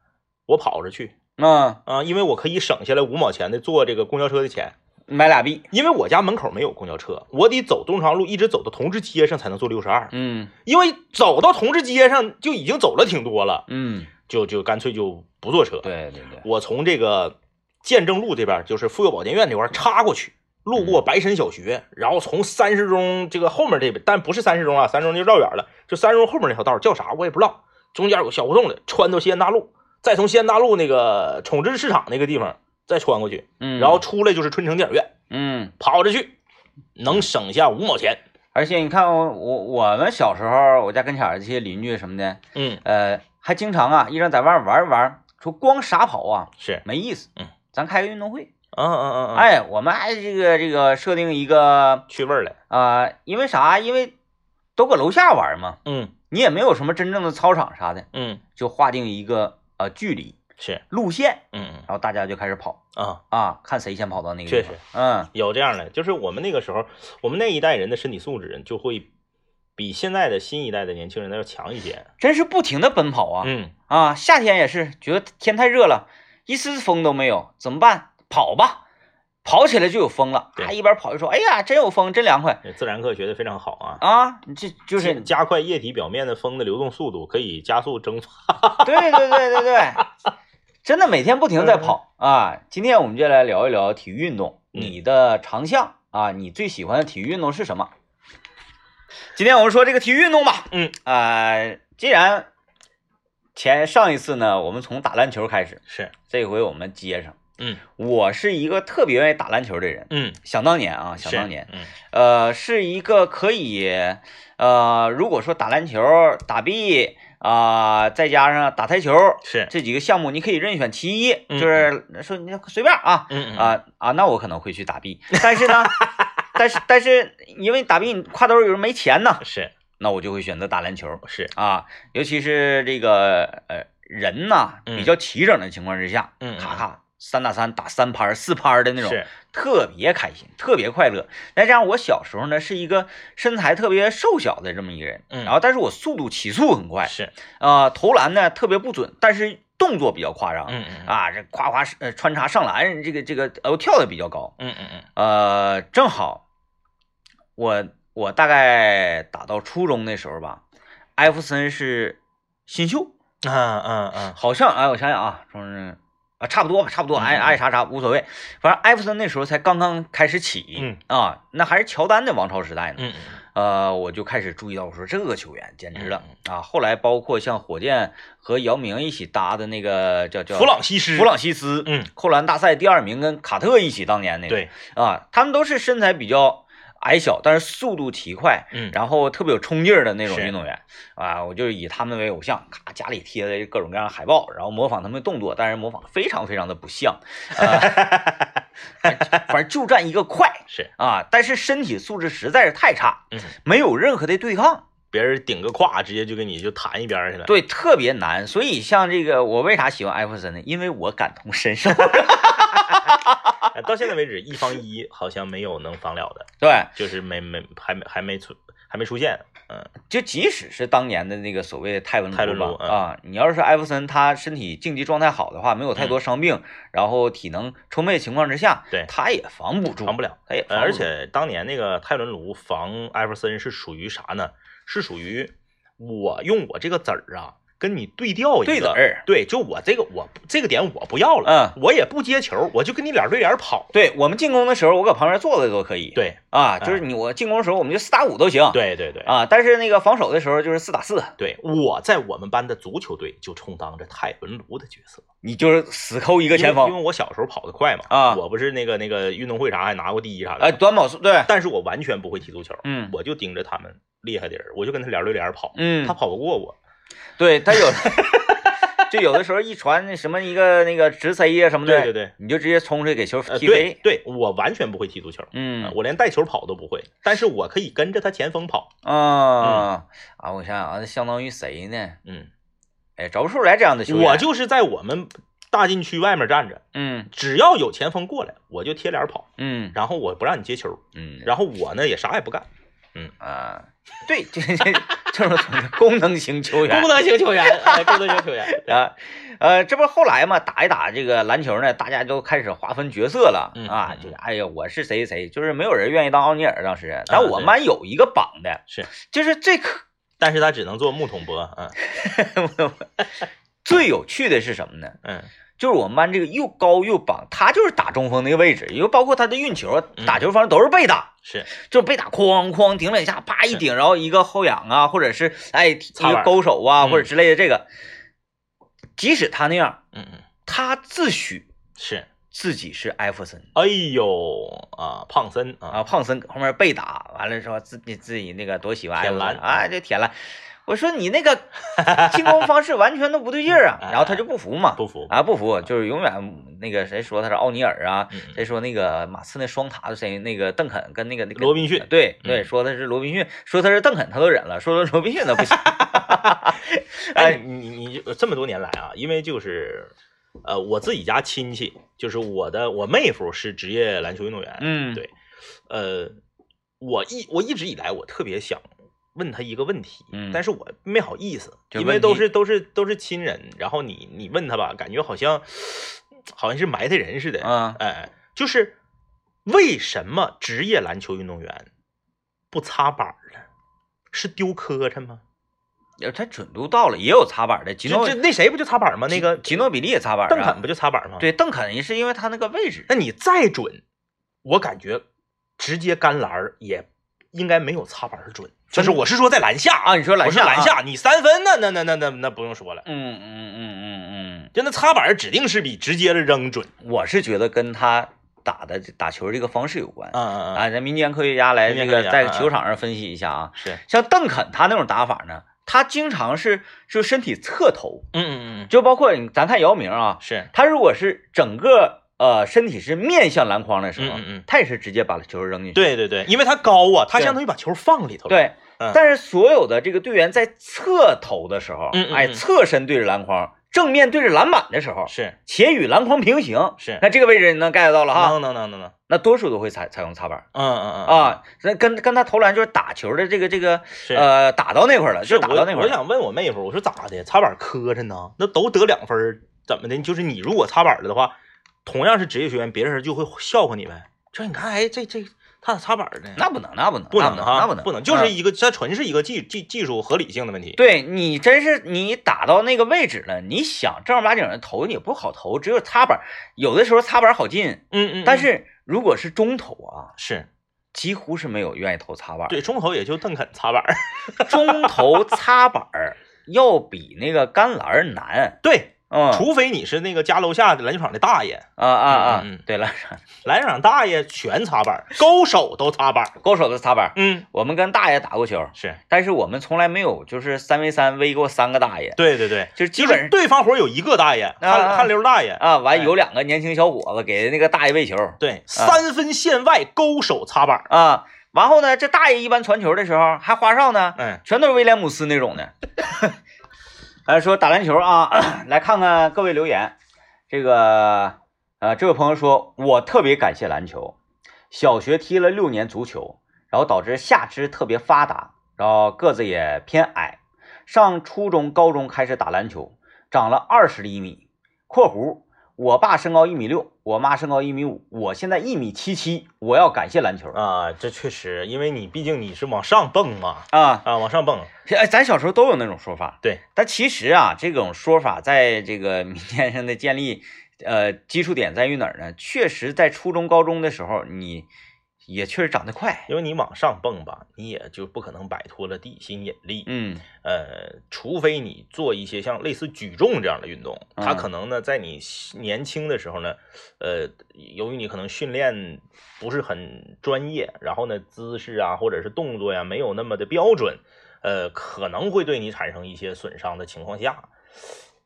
[SPEAKER 2] 我跑着去
[SPEAKER 1] 嗯，
[SPEAKER 2] 啊，因为我可以省下来五毛钱的坐这个公交车的钱，
[SPEAKER 1] 买俩币。
[SPEAKER 2] 因为我家门口没有公交车，我得走东昌路一直走到同志街上才能坐六十二，
[SPEAKER 1] 嗯
[SPEAKER 2] 因为走到同志街上就已经走了挺多了，
[SPEAKER 1] 嗯，
[SPEAKER 2] 就就干脆就不坐车，
[SPEAKER 1] 对对对，
[SPEAKER 2] 我从这个建政路这边，就是妇幼保健院这块儿插过去，路过白山小学，然后从三十中这个后面这边，但不是三十中啊，三十中就绕远了，就三十中后面那条道儿叫啥我也不知道，中间有个小胡同的，穿到西安大路，再从西安大路那个宠智市场那个地方再穿过去，
[SPEAKER 1] 嗯，
[SPEAKER 2] 然后出来就是春城电影院，
[SPEAKER 1] 嗯，
[SPEAKER 2] 跑着去，能省下五毛钱。
[SPEAKER 1] 而且你看我我我们小时候，我家跟前儿这些邻居什么的，
[SPEAKER 2] 嗯，
[SPEAKER 1] 呃，还经常啊，一让在外面玩一玩，说光傻跑啊
[SPEAKER 2] 是，
[SPEAKER 1] 没意思，
[SPEAKER 2] 嗯，
[SPEAKER 1] 咱开个运动会，
[SPEAKER 2] 嗯嗯嗯嗯，
[SPEAKER 1] 哎，我们还这个这个设定一个
[SPEAKER 2] 去味儿了。
[SPEAKER 1] 啊，因为啥？因为都搁楼下玩嘛，
[SPEAKER 2] 嗯
[SPEAKER 1] 你也没有什么真正的操场啥的，
[SPEAKER 2] 嗯，
[SPEAKER 1] 就划定一个呃距离
[SPEAKER 2] 是，
[SPEAKER 1] 路线，
[SPEAKER 2] 嗯嗯
[SPEAKER 1] 然后大家就开始跑
[SPEAKER 2] 啊。
[SPEAKER 1] 啊，看谁先跑到那个地方
[SPEAKER 2] 确实，
[SPEAKER 1] 嗯
[SPEAKER 2] 有这样的，就是我们那个时候，我们那一代人的身体素质就会比现在的新一代的年轻人要强一些。
[SPEAKER 1] 真是不停的奔跑啊，
[SPEAKER 2] 嗯，
[SPEAKER 1] 啊，夏天也是觉得天太热了，一丝风都没有，怎么办？跑吧，跑起来就有风了。
[SPEAKER 2] 对
[SPEAKER 1] 啊，一边跑就说：“哎呀，真有风，真凉快
[SPEAKER 2] 嗯自然课学的非常好啊，
[SPEAKER 1] 啊！”你这就
[SPEAKER 2] 就是加快液体表面的风的流动速度，可以加速蒸发。
[SPEAKER 1] 对对对对 对，真的每天不停地在跑啊。今天我们就来聊一聊体育运动，
[SPEAKER 2] 嗯
[SPEAKER 1] 你的长项啊，你最喜欢的体育运动是什么？今天我们说这个体育运动吧，
[SPEAKER 2] 嗯
[SPEAKER 1] 啊，既然前上一次呢，我们从打篮球开始，
[SPEAKER 2] 是，
[SPEAKER 1] 这回我们接上。
[SPEAKER 2] 嗯
[SPEAKER 1] 我是一个特别愿意打篮球的人，
[SPEAKER 2] 嗯，
[SPEAKER 1] 想当年啊，
[SPEAKER 2] 是
[SPEAKER 1] 想当年，，
[SPEAKER 2] 嗯
[SPEAKER 1] 呃，是一个可以，呃，如果说打篮球、打壁啊、再加上打台球
[SPEAKER 2] 是，
[SPEAKER 1] 这几个项目，你可以任选其一，
[SPEAKER 2] 嗯
[SPEAKER 1] 就是说你随便啊
[SPEAKER 2] 嗯嗯
[SPEAKER 1] 啊啊，那我可能会去打壁，但是 呢，但是但是因为打壁你挎兜有人没钱呢，
[SPEAKER 2] 是
[SPEAKER 1] 那我就会选择打篮球
[SPEAKER 2] 是，
[SPEAKER 1] 啊，尤其是这个呃人呐
[SPEAKER 2] 嗯
[SPEAKER 1] 比较齐整的情况之下，
[SPEAKER 2] 嗯
[SPEAKER 1] 咔咔三打三打三拍儿四拍儿的那种，
[SPEAKER 2] 是
[SPEAKER 1] 特别开心，特别快乐。再加上我小时候呢，是一个身材特别瘦小的这么一个人，
[SPEAKER 2] 嗯
[SPEAKER 1] 然后但是我速度起速很快，
[SPEAKER 2] 是，
[SPEAKER 1] 啊，投篮呢特别不准，但是动作比较夸张，
[SPEAKER 2] 嗯嗯
[SPEAKER 1] 啊，这夸夸呃穿插上篮，这个这个呃我跳的比较高，
[SPEAKER 2] 嗯嗯嗯
[SPEAKER 1] 呃，正好我我大概打到初中那时候吧，艾弗森是新秀，
[SPEAKER 2] 嗯啊啊啊，
[SPEAKER 1] 好像哎，我想想啊，中日啊，差不多吧，差不多，
[SPEAKER 2] 嗯
[SPEAKER 1] 爱爱啥啥无所谓。反正艾弗森那时候才刚刚开始起，
[SPEAKER 2] 嗯
[SPEAKER 1] 啊，那还是乔丹的王朝时代呢。
[SPEAKER 2] 嗯
[SPEAKER 1] 呃，我就开始注意到，我说这个球员简直了、
[SPEAKER 2] 嗯
[SPEAKER 1] 啊！后来包括像火箭和姚明一起搭的那个叫叫
[SPEAKER 2] 弗朗西斯，
[SPEAKER 1] 弗，朗西斯，
[SPEAKER 2] 嗯，
[SPEAKER 1] 扣篮大赛第二名，跟卡特一起当年那个，
[SPEAKER 2] 对，
[SPEAKER 1] 啊，他们都是身材比较矮小，但是速度奇快，
[SPEAKER 2] 嗯
[SPEAKER 1] 然后特别有冲劲儿的那种
[SPEAKER 2] 是
[SPEAKER 1] 运动员啊，我就以他们为偶像，咔家里贴的各种各样的海报，然后模仿他们的动作，但是模仿得非常非常的不像，啊反正就占一个快
[SPEAKER 2] 是，
[SPEAKER 1] 啊，但是身体素质实在是太差，
[SPEAKER 2] 嗯，
[SPEAKER 1] 没有任何的对抗，
[SPEAKER 2] 别人顶个胯直接就给你就弹一边儿去了。，
[SPEAKER 1] 对，特别难。所以像这个我为啥喜欢艾弗森呢？因为我感同身受，
[SPEAKER 2] 哎到现在为止，一防一好像没有能防了的，
[SPEAKER 1] 对，
[SPEAKER 2] 就是没没还没还没出还没出现，嗯。
[SPEAKER 1] 就即使是当年的那个所谓的泰文
[SPEAKER 2] 泰伦
[SPEAKER 1] 吧
[SPEAKER 2] 卢嗯
[SPEAKER 1] 啊，你要是艾弗森他身体竞技状态好的话，没有太多伤病，然后体能充沛的情况之下，
[SPEAKER 2] 嗯对
[SPEAKER 1] 他也防不住，
[SPEAKER 2] 防不了，
[SPEAKER 1] 他也
[SPEAKER 2] 呃
[SPEAKER 1] 嗯防不
[SPEAKER 2] 而
[SPEAKER 1] 住
[SPEAKER 2] 且当年那个泰伦卢防艾弗森是属于啥呢？是属于我用我这个子儿啊，跟你对调一个
[SPEAKER 1] 对子儿呃嗯
[SPEAKER 2] 对，就我这个我这个点我不要了，我也不接球，我就跟你脸对脸跑。
[SPEAKER 1] 对我们进攻的时候，我搁旁边坐着都可以。
[SPEAKER 2] 对嗯
[SPEAKER 1] 啊，就是你我进攻的时候，我们就四打五都行。
[SPEAKER 2] 对对对
[SPEAKER 1] 啊，但是那个防守的时候就是四打四，
[SPEAKER 2] 对，我在我们班的足球队就充当着泰文卢的角色，
[SPEAKER 1] 你就是死抠一个前
[SPEAKER 2] 因为
[SPEAKER 1] 锋
[SPEAKER 2] 因为我小时候跑得快嘛，
[SPEAKER 1] 啊
[SPEAKER 2] 我不是那个那个运动会啥还拿过第一啥的，
[SPEAKER 1] 哎，短跑速对，
[SPEAKER 2] 但是我完全不会踢足球，
[SPEAKER 1] 嗯
[SPEAKER 2] 我就盯着他们厉害的人，我就跟他脸对脸跑，
[SPEAKER 1] 嗯
[SPEAKER 2] 他，跑不过我，
[SPEAKER 1] 对他有，就有的 时候一传什么一个那个直塞呀什么的，
[SPEAKER 2] 对对对，
[SPEAKER 1] 你就直接冲出去给球
[SPEAKER 2] 呃
[SPEAKER 1] 踢
[SPEAKER 2] 对
[SPEAKER 1] 飞。
[SPEAKER 2] 对，我完全不会踢足球，呃
[SPEAKER 1] 嗯
[SPEAKER 2] 我连带球跑都不会，但是我可以跟着他前锋跑，
[SPEAKER 1] 啊哦啊！我想想啊，那相当于谁呢？
[SPEAKER 2] 嗯，
[SPEAKER 1] 哎，找不出来这样的球员。
[SPEAKER 2] 我就是在我们大禁区外面站着，
[SPEAKER 1] 嗯
[SPEAKER 2] 只要有前锋过来，我就贴脸跑，
[SPEAKER 1] 嗯
[SPEAKER 2] 然后我不让你接球，
[SPEAKER 1] 嗯
[SPEAKER 2] 然后我呢也啥也不干，
[SPEAKER 1] 啊，对，这这这种功能型球员
[SPEAKER 2] 功能型球员，哎功能型球员，
[SPEAKER 1] 啊，呃，这不后来嘛，打一打这个篮球呢，大家都开始划分角色了、
[SPEAKER 2] 嗯
[SPEAKER 1] 啊
[SPEAKER 2] 嗯。
[SPEAKER 1] 这个，哎呀，我是谁谁，就是没有人愿意当奥尼尔当时。但我
[SPEAKER 2] 啊
[SPEAKER 1] 们
[SPEAKER 2] 对
[SPEAKER 1] 班有一个榜的，
[SPEAKER 2] 是
[SPEAKER 1] 就是最可
[SPEAKER 2] 但是他只能做木桶播，嗯
[SPEAKER 1] 最有趣的是什么呢？
[SPEAKER 2] 嗯
[SPEAKER 1] 就是我们班这个又高又绑，他就是打中锋那个位置，因为包括他的运球
[SPEAKER 2] 嗯、
[SPEAKER 1] 打球方式都是被打，
[SPEAKER 2] 是
[SPEAKER 1] 就是被打哐哐顶两下，啪一顶，然后一个后仰啊，或者是哎一
[SPEAKER 2] 插
[SPEAKER 1] 个
[SPEAKER 2] 板
[SPEAKER 1] 勾手啊，
[SPEAKER 2] 嗯
[SPEAKER 1] 或者之类的这个。即使他那样，
[SPEAKER 2] 嗯嗯
[SPEAKER 1] 他自诩
[SPEAKER 2] 是，
[SPEAKER 1] 自己是艾弗森。
[SPEAKER 2] 哎呦啊胖森啊
[SPEAKER 1] 啊，胖森搁后面被打，完了说自己自己那个多喜欢艾弗
[SPEAKER 2] 舔
[SPEAKER 1] 森
[SPEAKER 2] 篮
[SPEAKER 1] 啊，这舔篮。我说你那个进攻方式完全都不对劲 儿啊，然后他就不服嘛，
[SPEAKER 2] 不服，
[SPEAKER 1] 啊不服，就是永远那个谁说他是奥尼尔啊，
[SPEAKER 2] 嗯嗯
[SPEAKER 1] 谁说那个马刺那双塔的谁那个邓肯跟那个那个
[SPEAKER 2] 罗宾逊
[SPEAKER 1] 对
[SPEAKER 2] 嗯
[SPEAKER 1] 对，说他是罗宾逊，说他是邓肯他都忍了，说罗宾逊他不 行，
[SPEAKER 2] 哎，你你你这么多年来啊，因为就是，呃，我自己家亲戚，就是我的我妹夫是职业篮球运动员，
[SPEAKER 1] 嗯，
[SPEAKER 2] 对呃，我一我一直以来我特别想问他一个问题，
[SPEAKER 1] 嗯
[SPEAKER 2] 但是我没好意思，
[SPEAKER 1] 就
[SPEAKER 2] 因为
[SPEAKER 1] 问
[SPEAKER 2] 都
[SPEAKER 1] 题
[SPEAKER 2] 是都是都是亲人，然后你你问他吧，感觉好像好像是埋汰人似的，
[SPEAKER 1] 啊
[SPEAKER 2] 哎，就是为什么职业篮球运动员不擦板儿呢？是丢磕碜吗？
[SPEAKER 1] 他准度到了，也有擦板的，吉
[SPEAKER 2] 就
[SPEAKER 1] 诺
[SPEAKER 2] 这那谁不就擦板儿吗？那个
[SPEAKER 1] 吉诺比利也擦板啊，
[SPEAKER 2] 邓肯不就哎擦板儿吗？，
[SPEAKER 1] 对邓肯也是因为他那个位置，
[SPEAKER 2] 那你再准，我感觉直接干篮儿也应该没有擦板儿准。就是我是说在篮下
[SPEAKER 1] 啊你说篮
[SPEAKER 2] 我说
[SPEAKER 1] 下
[SPEAKER 2] 篮
[SPEAKER 1] 啊
[SPEAKER 2] 下，你三分那那那那那那不用说了，
[SPEAKER 1] 嗯嗯嗯嗯嗯，
[SPEAKER 2] 就那擦板儿指定是比直接的扔准。
[SPEAKER 1] 我是觉得跟他打的打球这个方式有关。
[SPEAKER 2] 嗯嗯嗯，
[SPEAKER 1] 啊，咱民间科学家来
[SPEAKER 2] 民
[SPEAKER 1] 这
[SPEAKER 2] 间科
[SPEAKER 1] 个
[SPEAKER 2] 学家
[SPEAKER 1] 在
[SPEAKER 2] 嗯
[SPEAKER 1] 球场上分析一下啊。
[SPEAKER 2] 是，
[SPEAKER 1] 像邓肯他那种打法呢，他经常是就身体侧投，
[SPEAKER 2] 嗯嗯嗯，
[SPEAKER 1] 就包括你咱看姚明啊，
[SPEAKER 2] 是，
[SPEAKER 1] 他如果是整个呃身体是面向篮筐的时候，
[SPEAKER 2] 嗯嗯嗯
[SPEAKER 1] 他也是直接把球扔进去。
[SPEAKER 2] 对对对，因为他高啊，他
[SPEAKER 1] 对
[SPEAKER 2] 相当于把球放里头了。，
[SPEAKER 1] 对
[SPEAKER 2] 嗯
[SPEAKER 1] 但是所有的这个队员在侧投的时候，
[SPEAKER 2] 嗯嗯嗯
[SPEAKER 1] 哎，侧身对着篮筐，正面对着篮板的时候，
[SPEAKER 2] 是
[SPEAKER 1] 且与篮筐平行，
[SPEAKER 2] 是，
[SPEAKER 1] 那这个位置你能 get 到了哈？
[SPEAKER 2] 能能能能能，
[SPEAKER 1] 那多数都会采采用擦板。
[SPEAKER 2] 嗯嗯嗯，
[SPEAKER 1] 啊，那跟跟他投篮就是打球的这个这个
[SPEAKER 2] 是。
[SPEAKER 1] 呃，打到那块儿了，就是打到那块
[SPEAKER 2] 我我
[SPEAKER 1] 儿了。
[SPEAKER 2] 想问我妹夫，我说咋的？擦板磕碜呢？那都得两分儿，怎么的？就是你如果擦板了的话，同样是职业球员，别人就会笑话你呗。说你看，哎，这这他咋擦板呢？
[SPEAKER 1] 那不能，那不能，
[SPEAKER 2] 不
[SPEAKER 1] 那不
[SPEAKER 2] 能哈，
[SPEAKER 1] 那不能，
[SPEAKER 2] 不能，就是
[SPEAKER 1] 嗯
[SPEAKER 2] 一个，这纯是一个技技技术合理性的问题。
[SPEAKER 1] 对你真是你打到那个位置了，你想正儿八经的投你也不好投，只有擦板儿，有的时候擦板儿好进，
[SPEAKER 2] 嗯嗯
[SPEAKER 1] 但
[SPEAKER 2] 但是
[SPEAKER 1] 是如果是中投啊，
[SPEAKER 2] 是
[SPEAKER 1] 几乎是没有愿意投擦板儿。
[SPEAKER 2] 对中投也就邓肯擦板儿。
[SPEAKER 1] 中投擦板儿要比那个干篮儿难，
[SPEAKER 2] 对，
[SPEAKER 1] 嗯，
[SPEAKER 2] 除非你是那个家楼下的篮球场的大爷，
[SPEAKER 1] 啊啊啊
[SPEAKER 2] 嗯嗯嗯，
[SPEAKER 1] 对了，
[SPEAKER 2] 篮球场大爷全擦板儿，勾手都擦板儿。
[SPEAKER 1] 勾手的擦板儿，
[SPEAKER 2] 嗯，
[SPEAKER 1] 我们跟大爷打过球，
[SPEAKER 2] 是
[SPEAKER 1] 但是我们从来没有就是三 v 三围过三个大爷，
[SPEAKER 2] 对对对，
[SPEAKER 1] 就是基
[SPEAKER 2] 就
[SPEAKER 1] 本
[SPEAKER 2] 是
[SPEAKER 1] 上
[SPEAKER 2] 对方活有一个大爷，
[SPEAKER 1] 啊
[SPEAKER 2] 汗汗流大爷
[SPEAKER 1] 啊，
[SPEAKER 2] 哎
[SPEAKER 1] 完有两个年轻小伙子给那个大爷喂球
[SPEAKER 2] 对，三分线外勾手擦板儿。
[SPEAKER 1] 啊，完后呢，这大爷一般传球的时候还花哨呢，
[SPEAKER 2] 嗯，
[SPEAKER 1] 全都是威廉姆斯那种的。 呃，说打篮球啊， 来看看各位留言。这个呃，这位朋友说，我特别感谢篮球，小学踢了六年足球，然后导致下肢特别发达，然后个子也偏矮。上初中、高中开始打篮球，长了二十厘米（括弧我爸身高一米六，我妈身高一米五，我现在一米七七，我要感谢篮球
[SPEAKER 2] 啊，这确实，因为你毕竟你是往上蹦嘛，
[SPEAKER 1] 啊！
[SPEAKER 2] 啊，往上蹦，
[SPEAKER 1] 哎，咱小时候都有那种说法，
[SPEAKER 2] 对。
[SPEAKER 1] 但其实啊，这种说法在这个 民间上的建立，呃，基础点在于哪儿呢？确实，在初中、高中的时候，你也确实长得快，
[SPEAKER 2] 因为你往上蹦吧，你也就不可能摆脱了地心引力。
[SPEAKER 1] 嗯
[SPEAKER 2] 呃，除非你做一些像类似举重这样的运动，它
[SPEAKER 1] 嗯
[SPEAKER 2] 可能呢，在你年轻的时候呢，呃，由于你可能训练不是很专业，然后呢，姿势啊或者是动作呀没有那么的标准，呃，可能会对你产生一些损伤的情况下，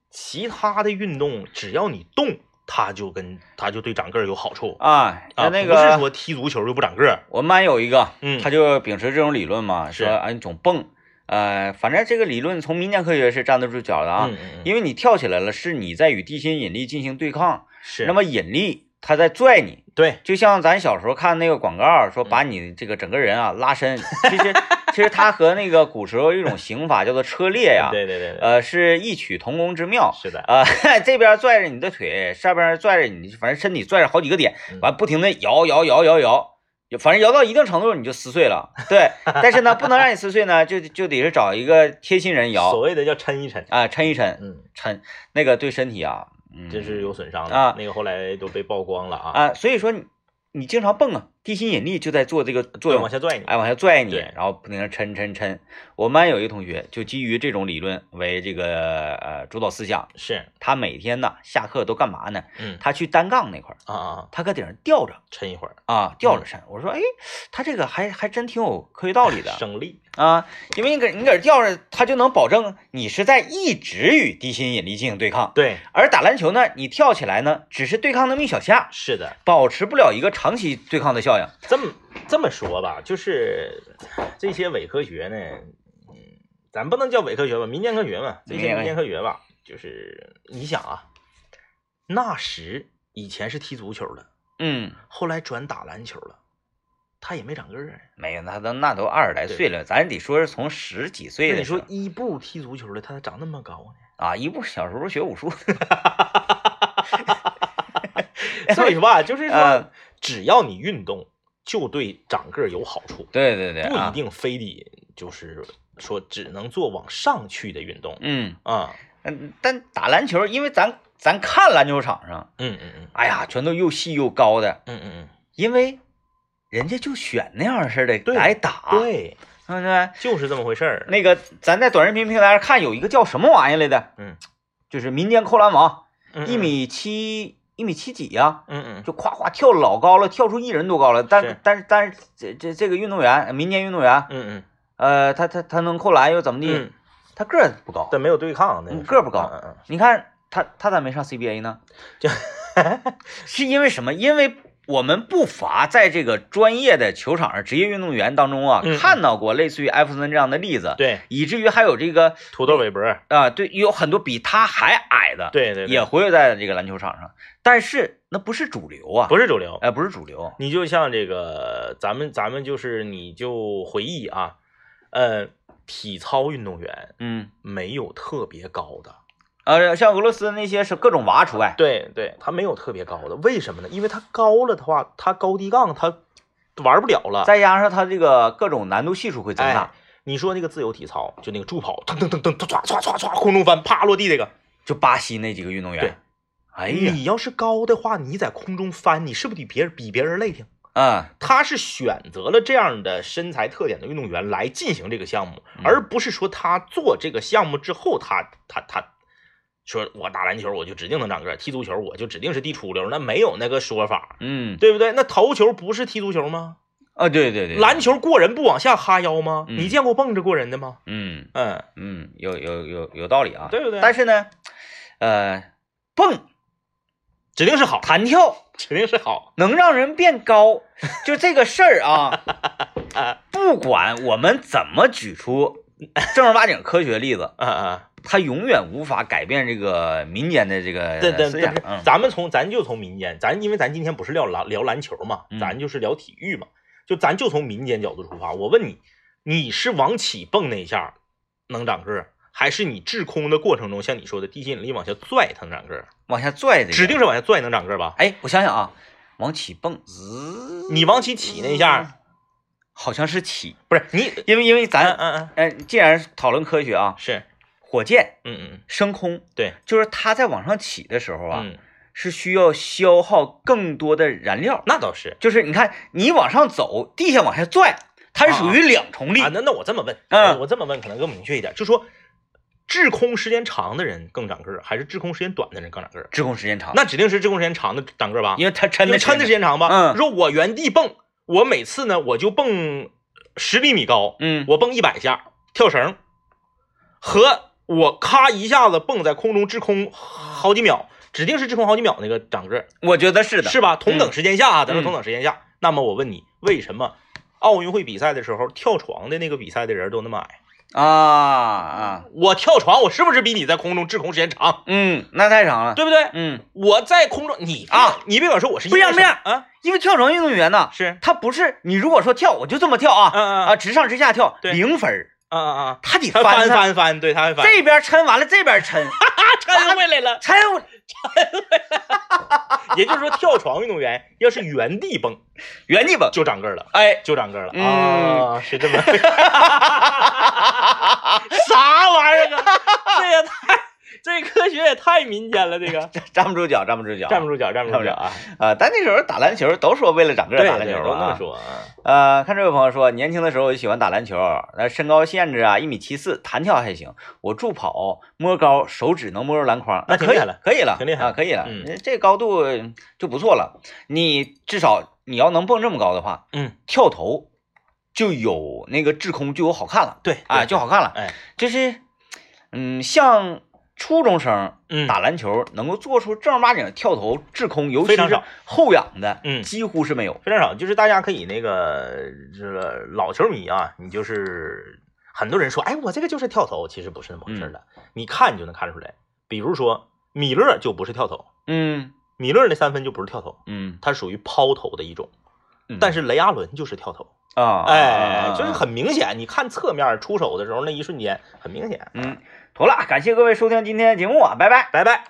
[SPEAKER 2] 其他的运动只要你动，它就跟它就对长个儿有好处
[SPEAKER 1] 啊，
[SPEAKER 2] 啊，
[SPEAKER 1] 那
[SPEAKER 2] 不是
[SPEAKER 1] 个
[SPEAKER 2] 说踢足球就不长个儿，
[SPEAKER 1] 我们班有一个，
[SPEAKER 2] 嗯
[SPEAKER 1] 他就秉持这种理论嘛，
[SPEAKER 2] 是
[SPEAKER 1] 说哎，你总蹦，呃，反正这个理论从民间科学是站得住脚的啊，
[SPEAKER 2] 嗯嗯嗯
[SPEAKER 1] 因为你跳起来了，是你在与地心引力进行对抗，
[SPEAKER 2] 是
[SPEAKER 1] 那么引力它在拽你，
[SPEAKER 2] 对
[SPEAKER 1] 就像咱小时候看那个广告
[SPEAKER 2] 嗯
[SPEAKER 1] 说把你这个整个人啊拉伸，其实其实它和那个古时候一种刑法叫做车裂呀，
[SPEAKER 2] 对对对对，
[SPEAKER 1] 呃，是异曲同工之妙。
[SPEAKER 2] 是的，
[SPEAKER 1] 啊、 这边拽着你的腿，上边拽着你，反正身体拽着好几个点
[SPEAKER 2] 嗯，
[SPEAKER 1] 完不停的摇摇摇摇摇，反正摇到一定程度你就撕碎了。对，但是呢，不能让你撕碎呢，就就得是找一个贴心人
[SPEAKER 2] 所
[SPEAKER 1] 摇
[SPEAKER 2] 谓的叫抻一抻，
[SPEAKER 1] 啊，抻一抻，
[SPEAKER 2] 嗯。
[SPEAKER 1] 抻那个对身体啊，嗯，
[SPEAKER 2] 真是有损伤的
[SPEAKER 1] 啊
[SPEAKER 2] 那个后来都被曝光了啊，
[SPEAKER 1] 啊，所以说你你经常蹦啊，地心引力就在做这个作
[SPEAKER 2] 对，
[SPEAKER 1] 用
[SPEAKER 2] 往，下拽你，
[SPEAKER 1] 哎，往下拽你，
[SPEAKER 2] 对
[SPEAKER 1] 然后不停的抻抻抻。我们班有一个同学就基于这种理论为这个呃主导思想，
[SPEAKER 2] 是，
[SPEAKER 1] 他每天呢下课都干嘛呢？
[SPEAKER 2] 嗯
[SPEAKER 1] 他去单杠那块儿，
[SPEAKER 2] 啊啊，
[SPEAKER 1] 他搁顶上吊着
[SPEAKER 2] 抻一会儿，
[SPEAKER 1] 啊，吊着抻。我说，哎，他这个还还真挺有科学道理的
[SPEAKER 2] 省力，
[SPEAKER 1] 啊，因为你搁你搁这吊着，他就能保证你是在一直与地心引力进行对抗。
[SPEAKER 2] 对，
[SPEAKER 1] 而打篮球呢，你跳起来呢，只是对抗那么一小下，
[SPEAKER 2] 是的，
[SPEAKER 1] 保持不了一个长期对抗的效应。
[SPEAKER 2] 这么这么说吧，就是这些伪科学呢，嗯，咱不能叫伪科学吧，民间科学嘛，这些民
[SPEAKER 1] 民
[SPEAKER 2] 间
[SPEAKER 1] 间
[SPEAKER 2] 科学吧，就是你想啊，那时以前是踢足球的，
[SPEAKER 1] 嗯，
[SPEAKER 2] 后来转打篮球了，他也没长个儿，啊
[SPEAKER 1] 没有，那都那都二十来岁了，咱得说是从十几岁
[SPEAKER 2] 那
[SPEAKER 1] 的。
[SPEAKER 2] 你说伊布踢足球的，他长那么高呢？
[SPEAKER 1] 啊，一部小时候学武术，
[SPEAKER 2] 所以说吧，就是说。
[SPEAKER 1] 嗯，
[SPEAKER 2] 只要你运动，就对长个儿有好处，
[SPEAKER 1] 对对对，
[SPEAKER 2] 不一
[SPEAKER 1] 啊，
[SPEAKER 2] 定非得就是说只能做往上去的运动
[SPEAKER 1] 嗯
[SPEAKER 2] 啊。
[SPEAKER 1] 嗯，但打篮球，因为咱咱看篮球场上，
[SPEAKER 2] 嗯嗯嗯
[SPEAKER 1] 哎呀，全都又细又高的，
[SPEAKER 2] 嗯嗯
[SPEAKER 1] 因为人家就选那样式的
[SPEAKER 2] 对
[SPEAKER 1] 来打，
[SPEAKER 2] 嗯，对，
[SPEAKER 1] 对不对？
[SPEAKER 2] 就是这么回事儿。
[SPEAKER 1] 那个咱在短视频平台上看有一个叫什么玩意儿来的，
[SPEAKER 2] 嗯，
[SPEAKER 1] 就是民间扣篮王，
[SPEAKER 2] 嗯
[SPEAKER 1] 一，米七一米七几呀、
[SPEAKER 2] 嗯嗯嗯，
[SPEAKER 1] 就夸夸跳老高了，跳出一人多高了。但
[SPEAKER 2] 是
[SPEAKER 1] 但是但是这这这个运动员，民间运动员，
[SPEAKER 2] 嗯嗯
[SPEAKER 1] 呃，他他他能扣篮又怎么地？
[SPEAKER 2] 嗯，
[SPEAKER 1] 他个儿不高。
[SPEAKER 2] 但没有对抗，那
[SPEAKER 1] 嗯
[SPEAKER 2] 是
[SPEAKER 1] 个儿不高
[SPEAKER 2] 嗯嗯
[SPEAKER 1] 你看他他咋没上 CBA 呢？
[SPEAKER 2] 这
[SPEAKER 1] 是因为什么？因为我们不乏在这个专业的球场上职业运动员当中啊，
[SPEAKER 2] 嗯嗯
[SPEAKER 1] 看到过类似于艾弗森这样的例子
[SPEAKER 2] 嗯，，对，
[SPEAKER 1] 以至于还有这个
[SPEAKER 2] 土豆韦伯，
[SPEAKER 1] 啊、对，有很多比他还矮的，
[SPEAKER 2] 对对，对
[SPEAKER 1] 也活跃在这个篮球场上，但是那不是主流啊，
[SPEAKER 2] 不是主流。
[SPEAKER 1] 哎、不是主流。
[SPEAKER 2] 你就像这个，咱们咱们就是你就回忆啊，呃，体操运动员
[SPEAKER 1] 嗯，
[SPEAKER 2] 没有特别高的，
[SPEAKER 1] 呃，像俄罗斯那些是各种娃除外，
[SPEAKER 2] 对对，他没有特别高的，为什么呢？因为他高了的话，他高低杠他玩不了了。
[SPEAKER 1] 再加上他这个各种难度系数会增大，
[SPEAKER 2] 哎，你说那个自由体操，就那个助跑，噔噔噔噔，唰唰唰唰，空中翻，啪落地这个。
[SPEAKER 1] 就巴西那几个运动
[SPEAKER 2] 对
[SPEAKER 1] 员，哎呀，
[SPEAKER 2] 你要是高的话，你在空中翻，你是不是比别人比别人累挺？
[SPEAKER 1] 嗯，
[SPEAKER 2] 他是选择了这样的身材特点的运动员来进行这个项目，
[SPEAKER 1] 嗯
[SPEAKER 2] 而不是说他做这个项目之后，他他他说我打篮球我就指定能长个儿，踢足球我就指定是地出溜，那没有那个说法，
[SPEAKER 1] 嗯，
[SPEAKER 2] 对不对？那头球不是踢足球吗？
[SPEAKER 1] 啊，对对对，
[SPEAKER 2] 篮球过人不往下哈腰吗？
[SPEAKER 1] 嗯
[SPEAKER 2] 你见过蹦着过人的吗？
[SPEAKER 1] 嗯
[SPEAKER 2] 嗯，
[SPEAKER 1] 嗯，有有有有道理啊，
[SPEAKER 2] 对不对
[SPEAKER 1] 但是呢，呃，蹦、
[SPEAKER 2] 指定是好，
[SPEAKER 1] 弹跳
[SPEAKER 2] 指定是好。
[SPEAKER 1] 能让人变高，就这个事儿啊， 不管我们怎么举出正儿八经科学例子，
[SPEAKER 2] 嗯嗯，
[SPEAKER 1] 它永远无法改变这个民间的这个
[SPEAKER 2] 对对
[SPEAKER 1] 思
[SPEAKER 2] 对
[SPEAKER 1] 想，，
[SPEAKER 2] 呃不是
[SPEAKER 1] 嗯
[SPEAKER 2] 咱们从咱就从民间，咱因为咱今天不是聊篮聊篮球嘛，
[SPEAKER 1] 嗯
[SPEAKER 2] 咱就是聊体育嘛，就咱就从民间角度出发。我问你，你是往起蹦那一下能长个儿，还是你滞空的过程中，像你说的地心引力往下拽，它能长个儿，
[SPEAKER 1] 往下拽的，
[SPEAKER 2] 指定。是往下拽能长个儿吧？
[SPEAKER 1] 哎，我想想啊，往起蹦，滋，
[SPEAKER 2] 你往起起那一下，
[SPEAKER 1] 好像是起，
[SPEAKER 2] 不是你，
[SPEAKER 1] 因为因为
[SPEAKER 2] 嗯
[SPEAKER 1] 咱，
[SPEAKER 2] 嗯嗯，
[SPEAKER 1] 哎，既然讨论科学啊，
[SPEAKER 2] 是，
[SPEAKER 1] 火箭
[SPEAKER 2] 嗯嗯，
[SPEAKER 1] 升空，
[SPEAKER 2] 对，
[SPEAKER 1] 就是它在往上起的时候啊，
[SPEAKER 2] 嗯，
[SPEAKER 1] 是需要消耗更多的燃料。
[SPEAKER 2] 那倒是
[SPEAKER 1] 就是你看，你往上走，地下往下拽，它是属于两重力。
[SPEAKER 2] 啊。那那我这么问，
[SPEAKER 1] 嗯
[SPEAKER 2] 我这么问可能更明确一点，就说滞空时间长的人更长个儿，还是滞空时间短的人更长个儿？
[SPEAKER 1] 滞空时间长，
[SPEAKER 2] 那指定是滞空时间长的长个儿吧？
[SPEAKER 1] 因为它抻
[SPEAKER 2] 因
[SPEAKER 1] 的
[SPEAKER 2] 为抻的时
[SPEAKER 1] 间，
[SPEAKER 2] 间长吧。
[SPEAKER 1] 嗯
[SPEAKER 2] 你说我原地蹦，我每次呢我就蹦十厘米高，
[SPEAKER 1] 嗯，
[SPEAKER 2] 我蹦一百下跳绳，和我咔一下子蹦在空中滞空好几秒，指定是滞空好几秒那个长个儿，
[SPEAKER 1] 我觉得是的，
[SPEAKER 2] 是吧？同等时间下啊，咱
[SPEAKER 1] 嗯
[SPEAKER 2] 们同等时间下。那么我问你，为什么奥运会比赛的时候跳床的那个比赛的人都那么矮？
[SPEAKER 1] 啊啊，
[SPEAKER 2] 我跳床，我是不是比你在空中滞空时间长？
[SPEAKER 1] 嗯，那太长了，
[SPEAKER 2] 对不对？
[SPEAKER 1] 嗯，
[SPEAKER 2] 我在空中，你
[SPEAKER 1] 啊，
[SPEAKER 2] 你别管说我是
[SPEAKER 1] 不
[SPEAKER 2] 因为
[SPEAKER 1] 让面
[SPEAKER 2] 什么啊，啊
[SPEAKER 1] 因为跳绳运动员呢，
[SPEAKER 2] 是，
[SPEAKER 1] 他不是你如果说跳，我就这么跳
[SPEAKER 2] 嗯
[SPEAKER 1] 啊
[SPEAKER 2] 嗯
[SPEAKER 1] 啊，直上直下跳
[SPEAKER 2] 对
[SPEAKER 1] 零分儿，
[SPEAKER 2] 啊啊啊！
[SPEAKER 1] 他得
[SPEAKER 2] 他翻
[SPEAKER 1] 翻
[SPEAKER 2] 翻翻，对，他会翻，
[SPEAKER 1] 这边抻完了这边 抻，
[SPEAKER 2] 抻回来了。
[SPEAKER 1] 抻
[SPEAKER 2] 也就是说，跳床运动员要是原地蹦，
[SPEAKER 1] 原地蹦，
[SPEAKER 2] 就长个儿了，
[SPEAKER 1] 哎，
[SPEAKER 2] 就长个儿了
[SPEAKER 1] 嗯
[SPEAKER 2] 啊，是这 么。啥玩意儿 啊？这也太，这科学也太民间了，这个
[SPEAKER 1] 站不住脚，站不住脚，
[SPEAKER 2] 站不住脚，站不住脚啊！
[SPEAKER 1] 啊！但那时候打篮球都说为了长个儿打篮
[SPEAKER 2] 哎对
[SPEAKER 1] 球
[SPEAKER 2] 都
[SPEAKER 1] 啊
[SPEAKER 2] 那么说啊。
[SPEAKER 1] 呃，看这位朋友说，年轻的时候我就喜欢打篮球，那身高限制啊，一米七四，弹跳还行，我助跑摸高，手指能摸着篮筐，
[SPEAKER 2] 那挺
[SPEAKER 1] 可以
[SPEAKER 2] 厉害了，
[SPEAKER 1] 可以了，
[SPEAKER 2] 挺厉害
[SPEAKER 1] 啊，可以了，
[SPEAKER 2] 嗯
[SPEAKER 1] 那这高度就不错了。你至少你要能蹦这么高的话，
[SPEAKER 2] 嗯，
[SPEAKER 1] 跳投就有那个制空就有好看了，
[SPEAKER 2] 对
[SPEAKER 1] 啊，就好看了，
[SPEAKER 2] 哎，
[SPEAKER 1] 就是，嗯，像初中生
[SPEAKER 2] 嗯
[SPEAKER 1] 打篮球能够做出正儿八经的跳投制空，尤其
[SPEAKER 2] 非常
[SPEAKER 1] 是
[SPEAKER 2] 少
[SPEAKER 1] 后仰的，
[SPEAKER 2] 嗯
[SPEAKER 1] 几乎是没有，
[SPEAKER 2] 非常少，就是大家可以那个这个老球迷啊，你就是很多人说，哎，我这个就是跳投，其实不是那么回事儿的，你看你就能看出来。比如说米勒就不是跳投，
[SPEAKER 1] 嗯
[SPEAKER 2] 米勒那三分就不是跳投，
[SPEAKER 1] 嗯，
[SPEAKER 2] 它属于抛投的一种。
[SPEAKER 1] 嗯
[SPEAKER 2] 但是雷阿伦就是跳投，
[SPEAKER 1] 啊，
[SPEAKER 2] 哎，就是
[SPEAKER 1] 很。
[SPEAKER 2] 很明显，你看侧面出手的时候那一瞬间很明显。
[SPEAKER 1] 嗯，妥了，感谢各位收听今天的节目啊，拜拜。
[SPEAKER 2] 拜拜。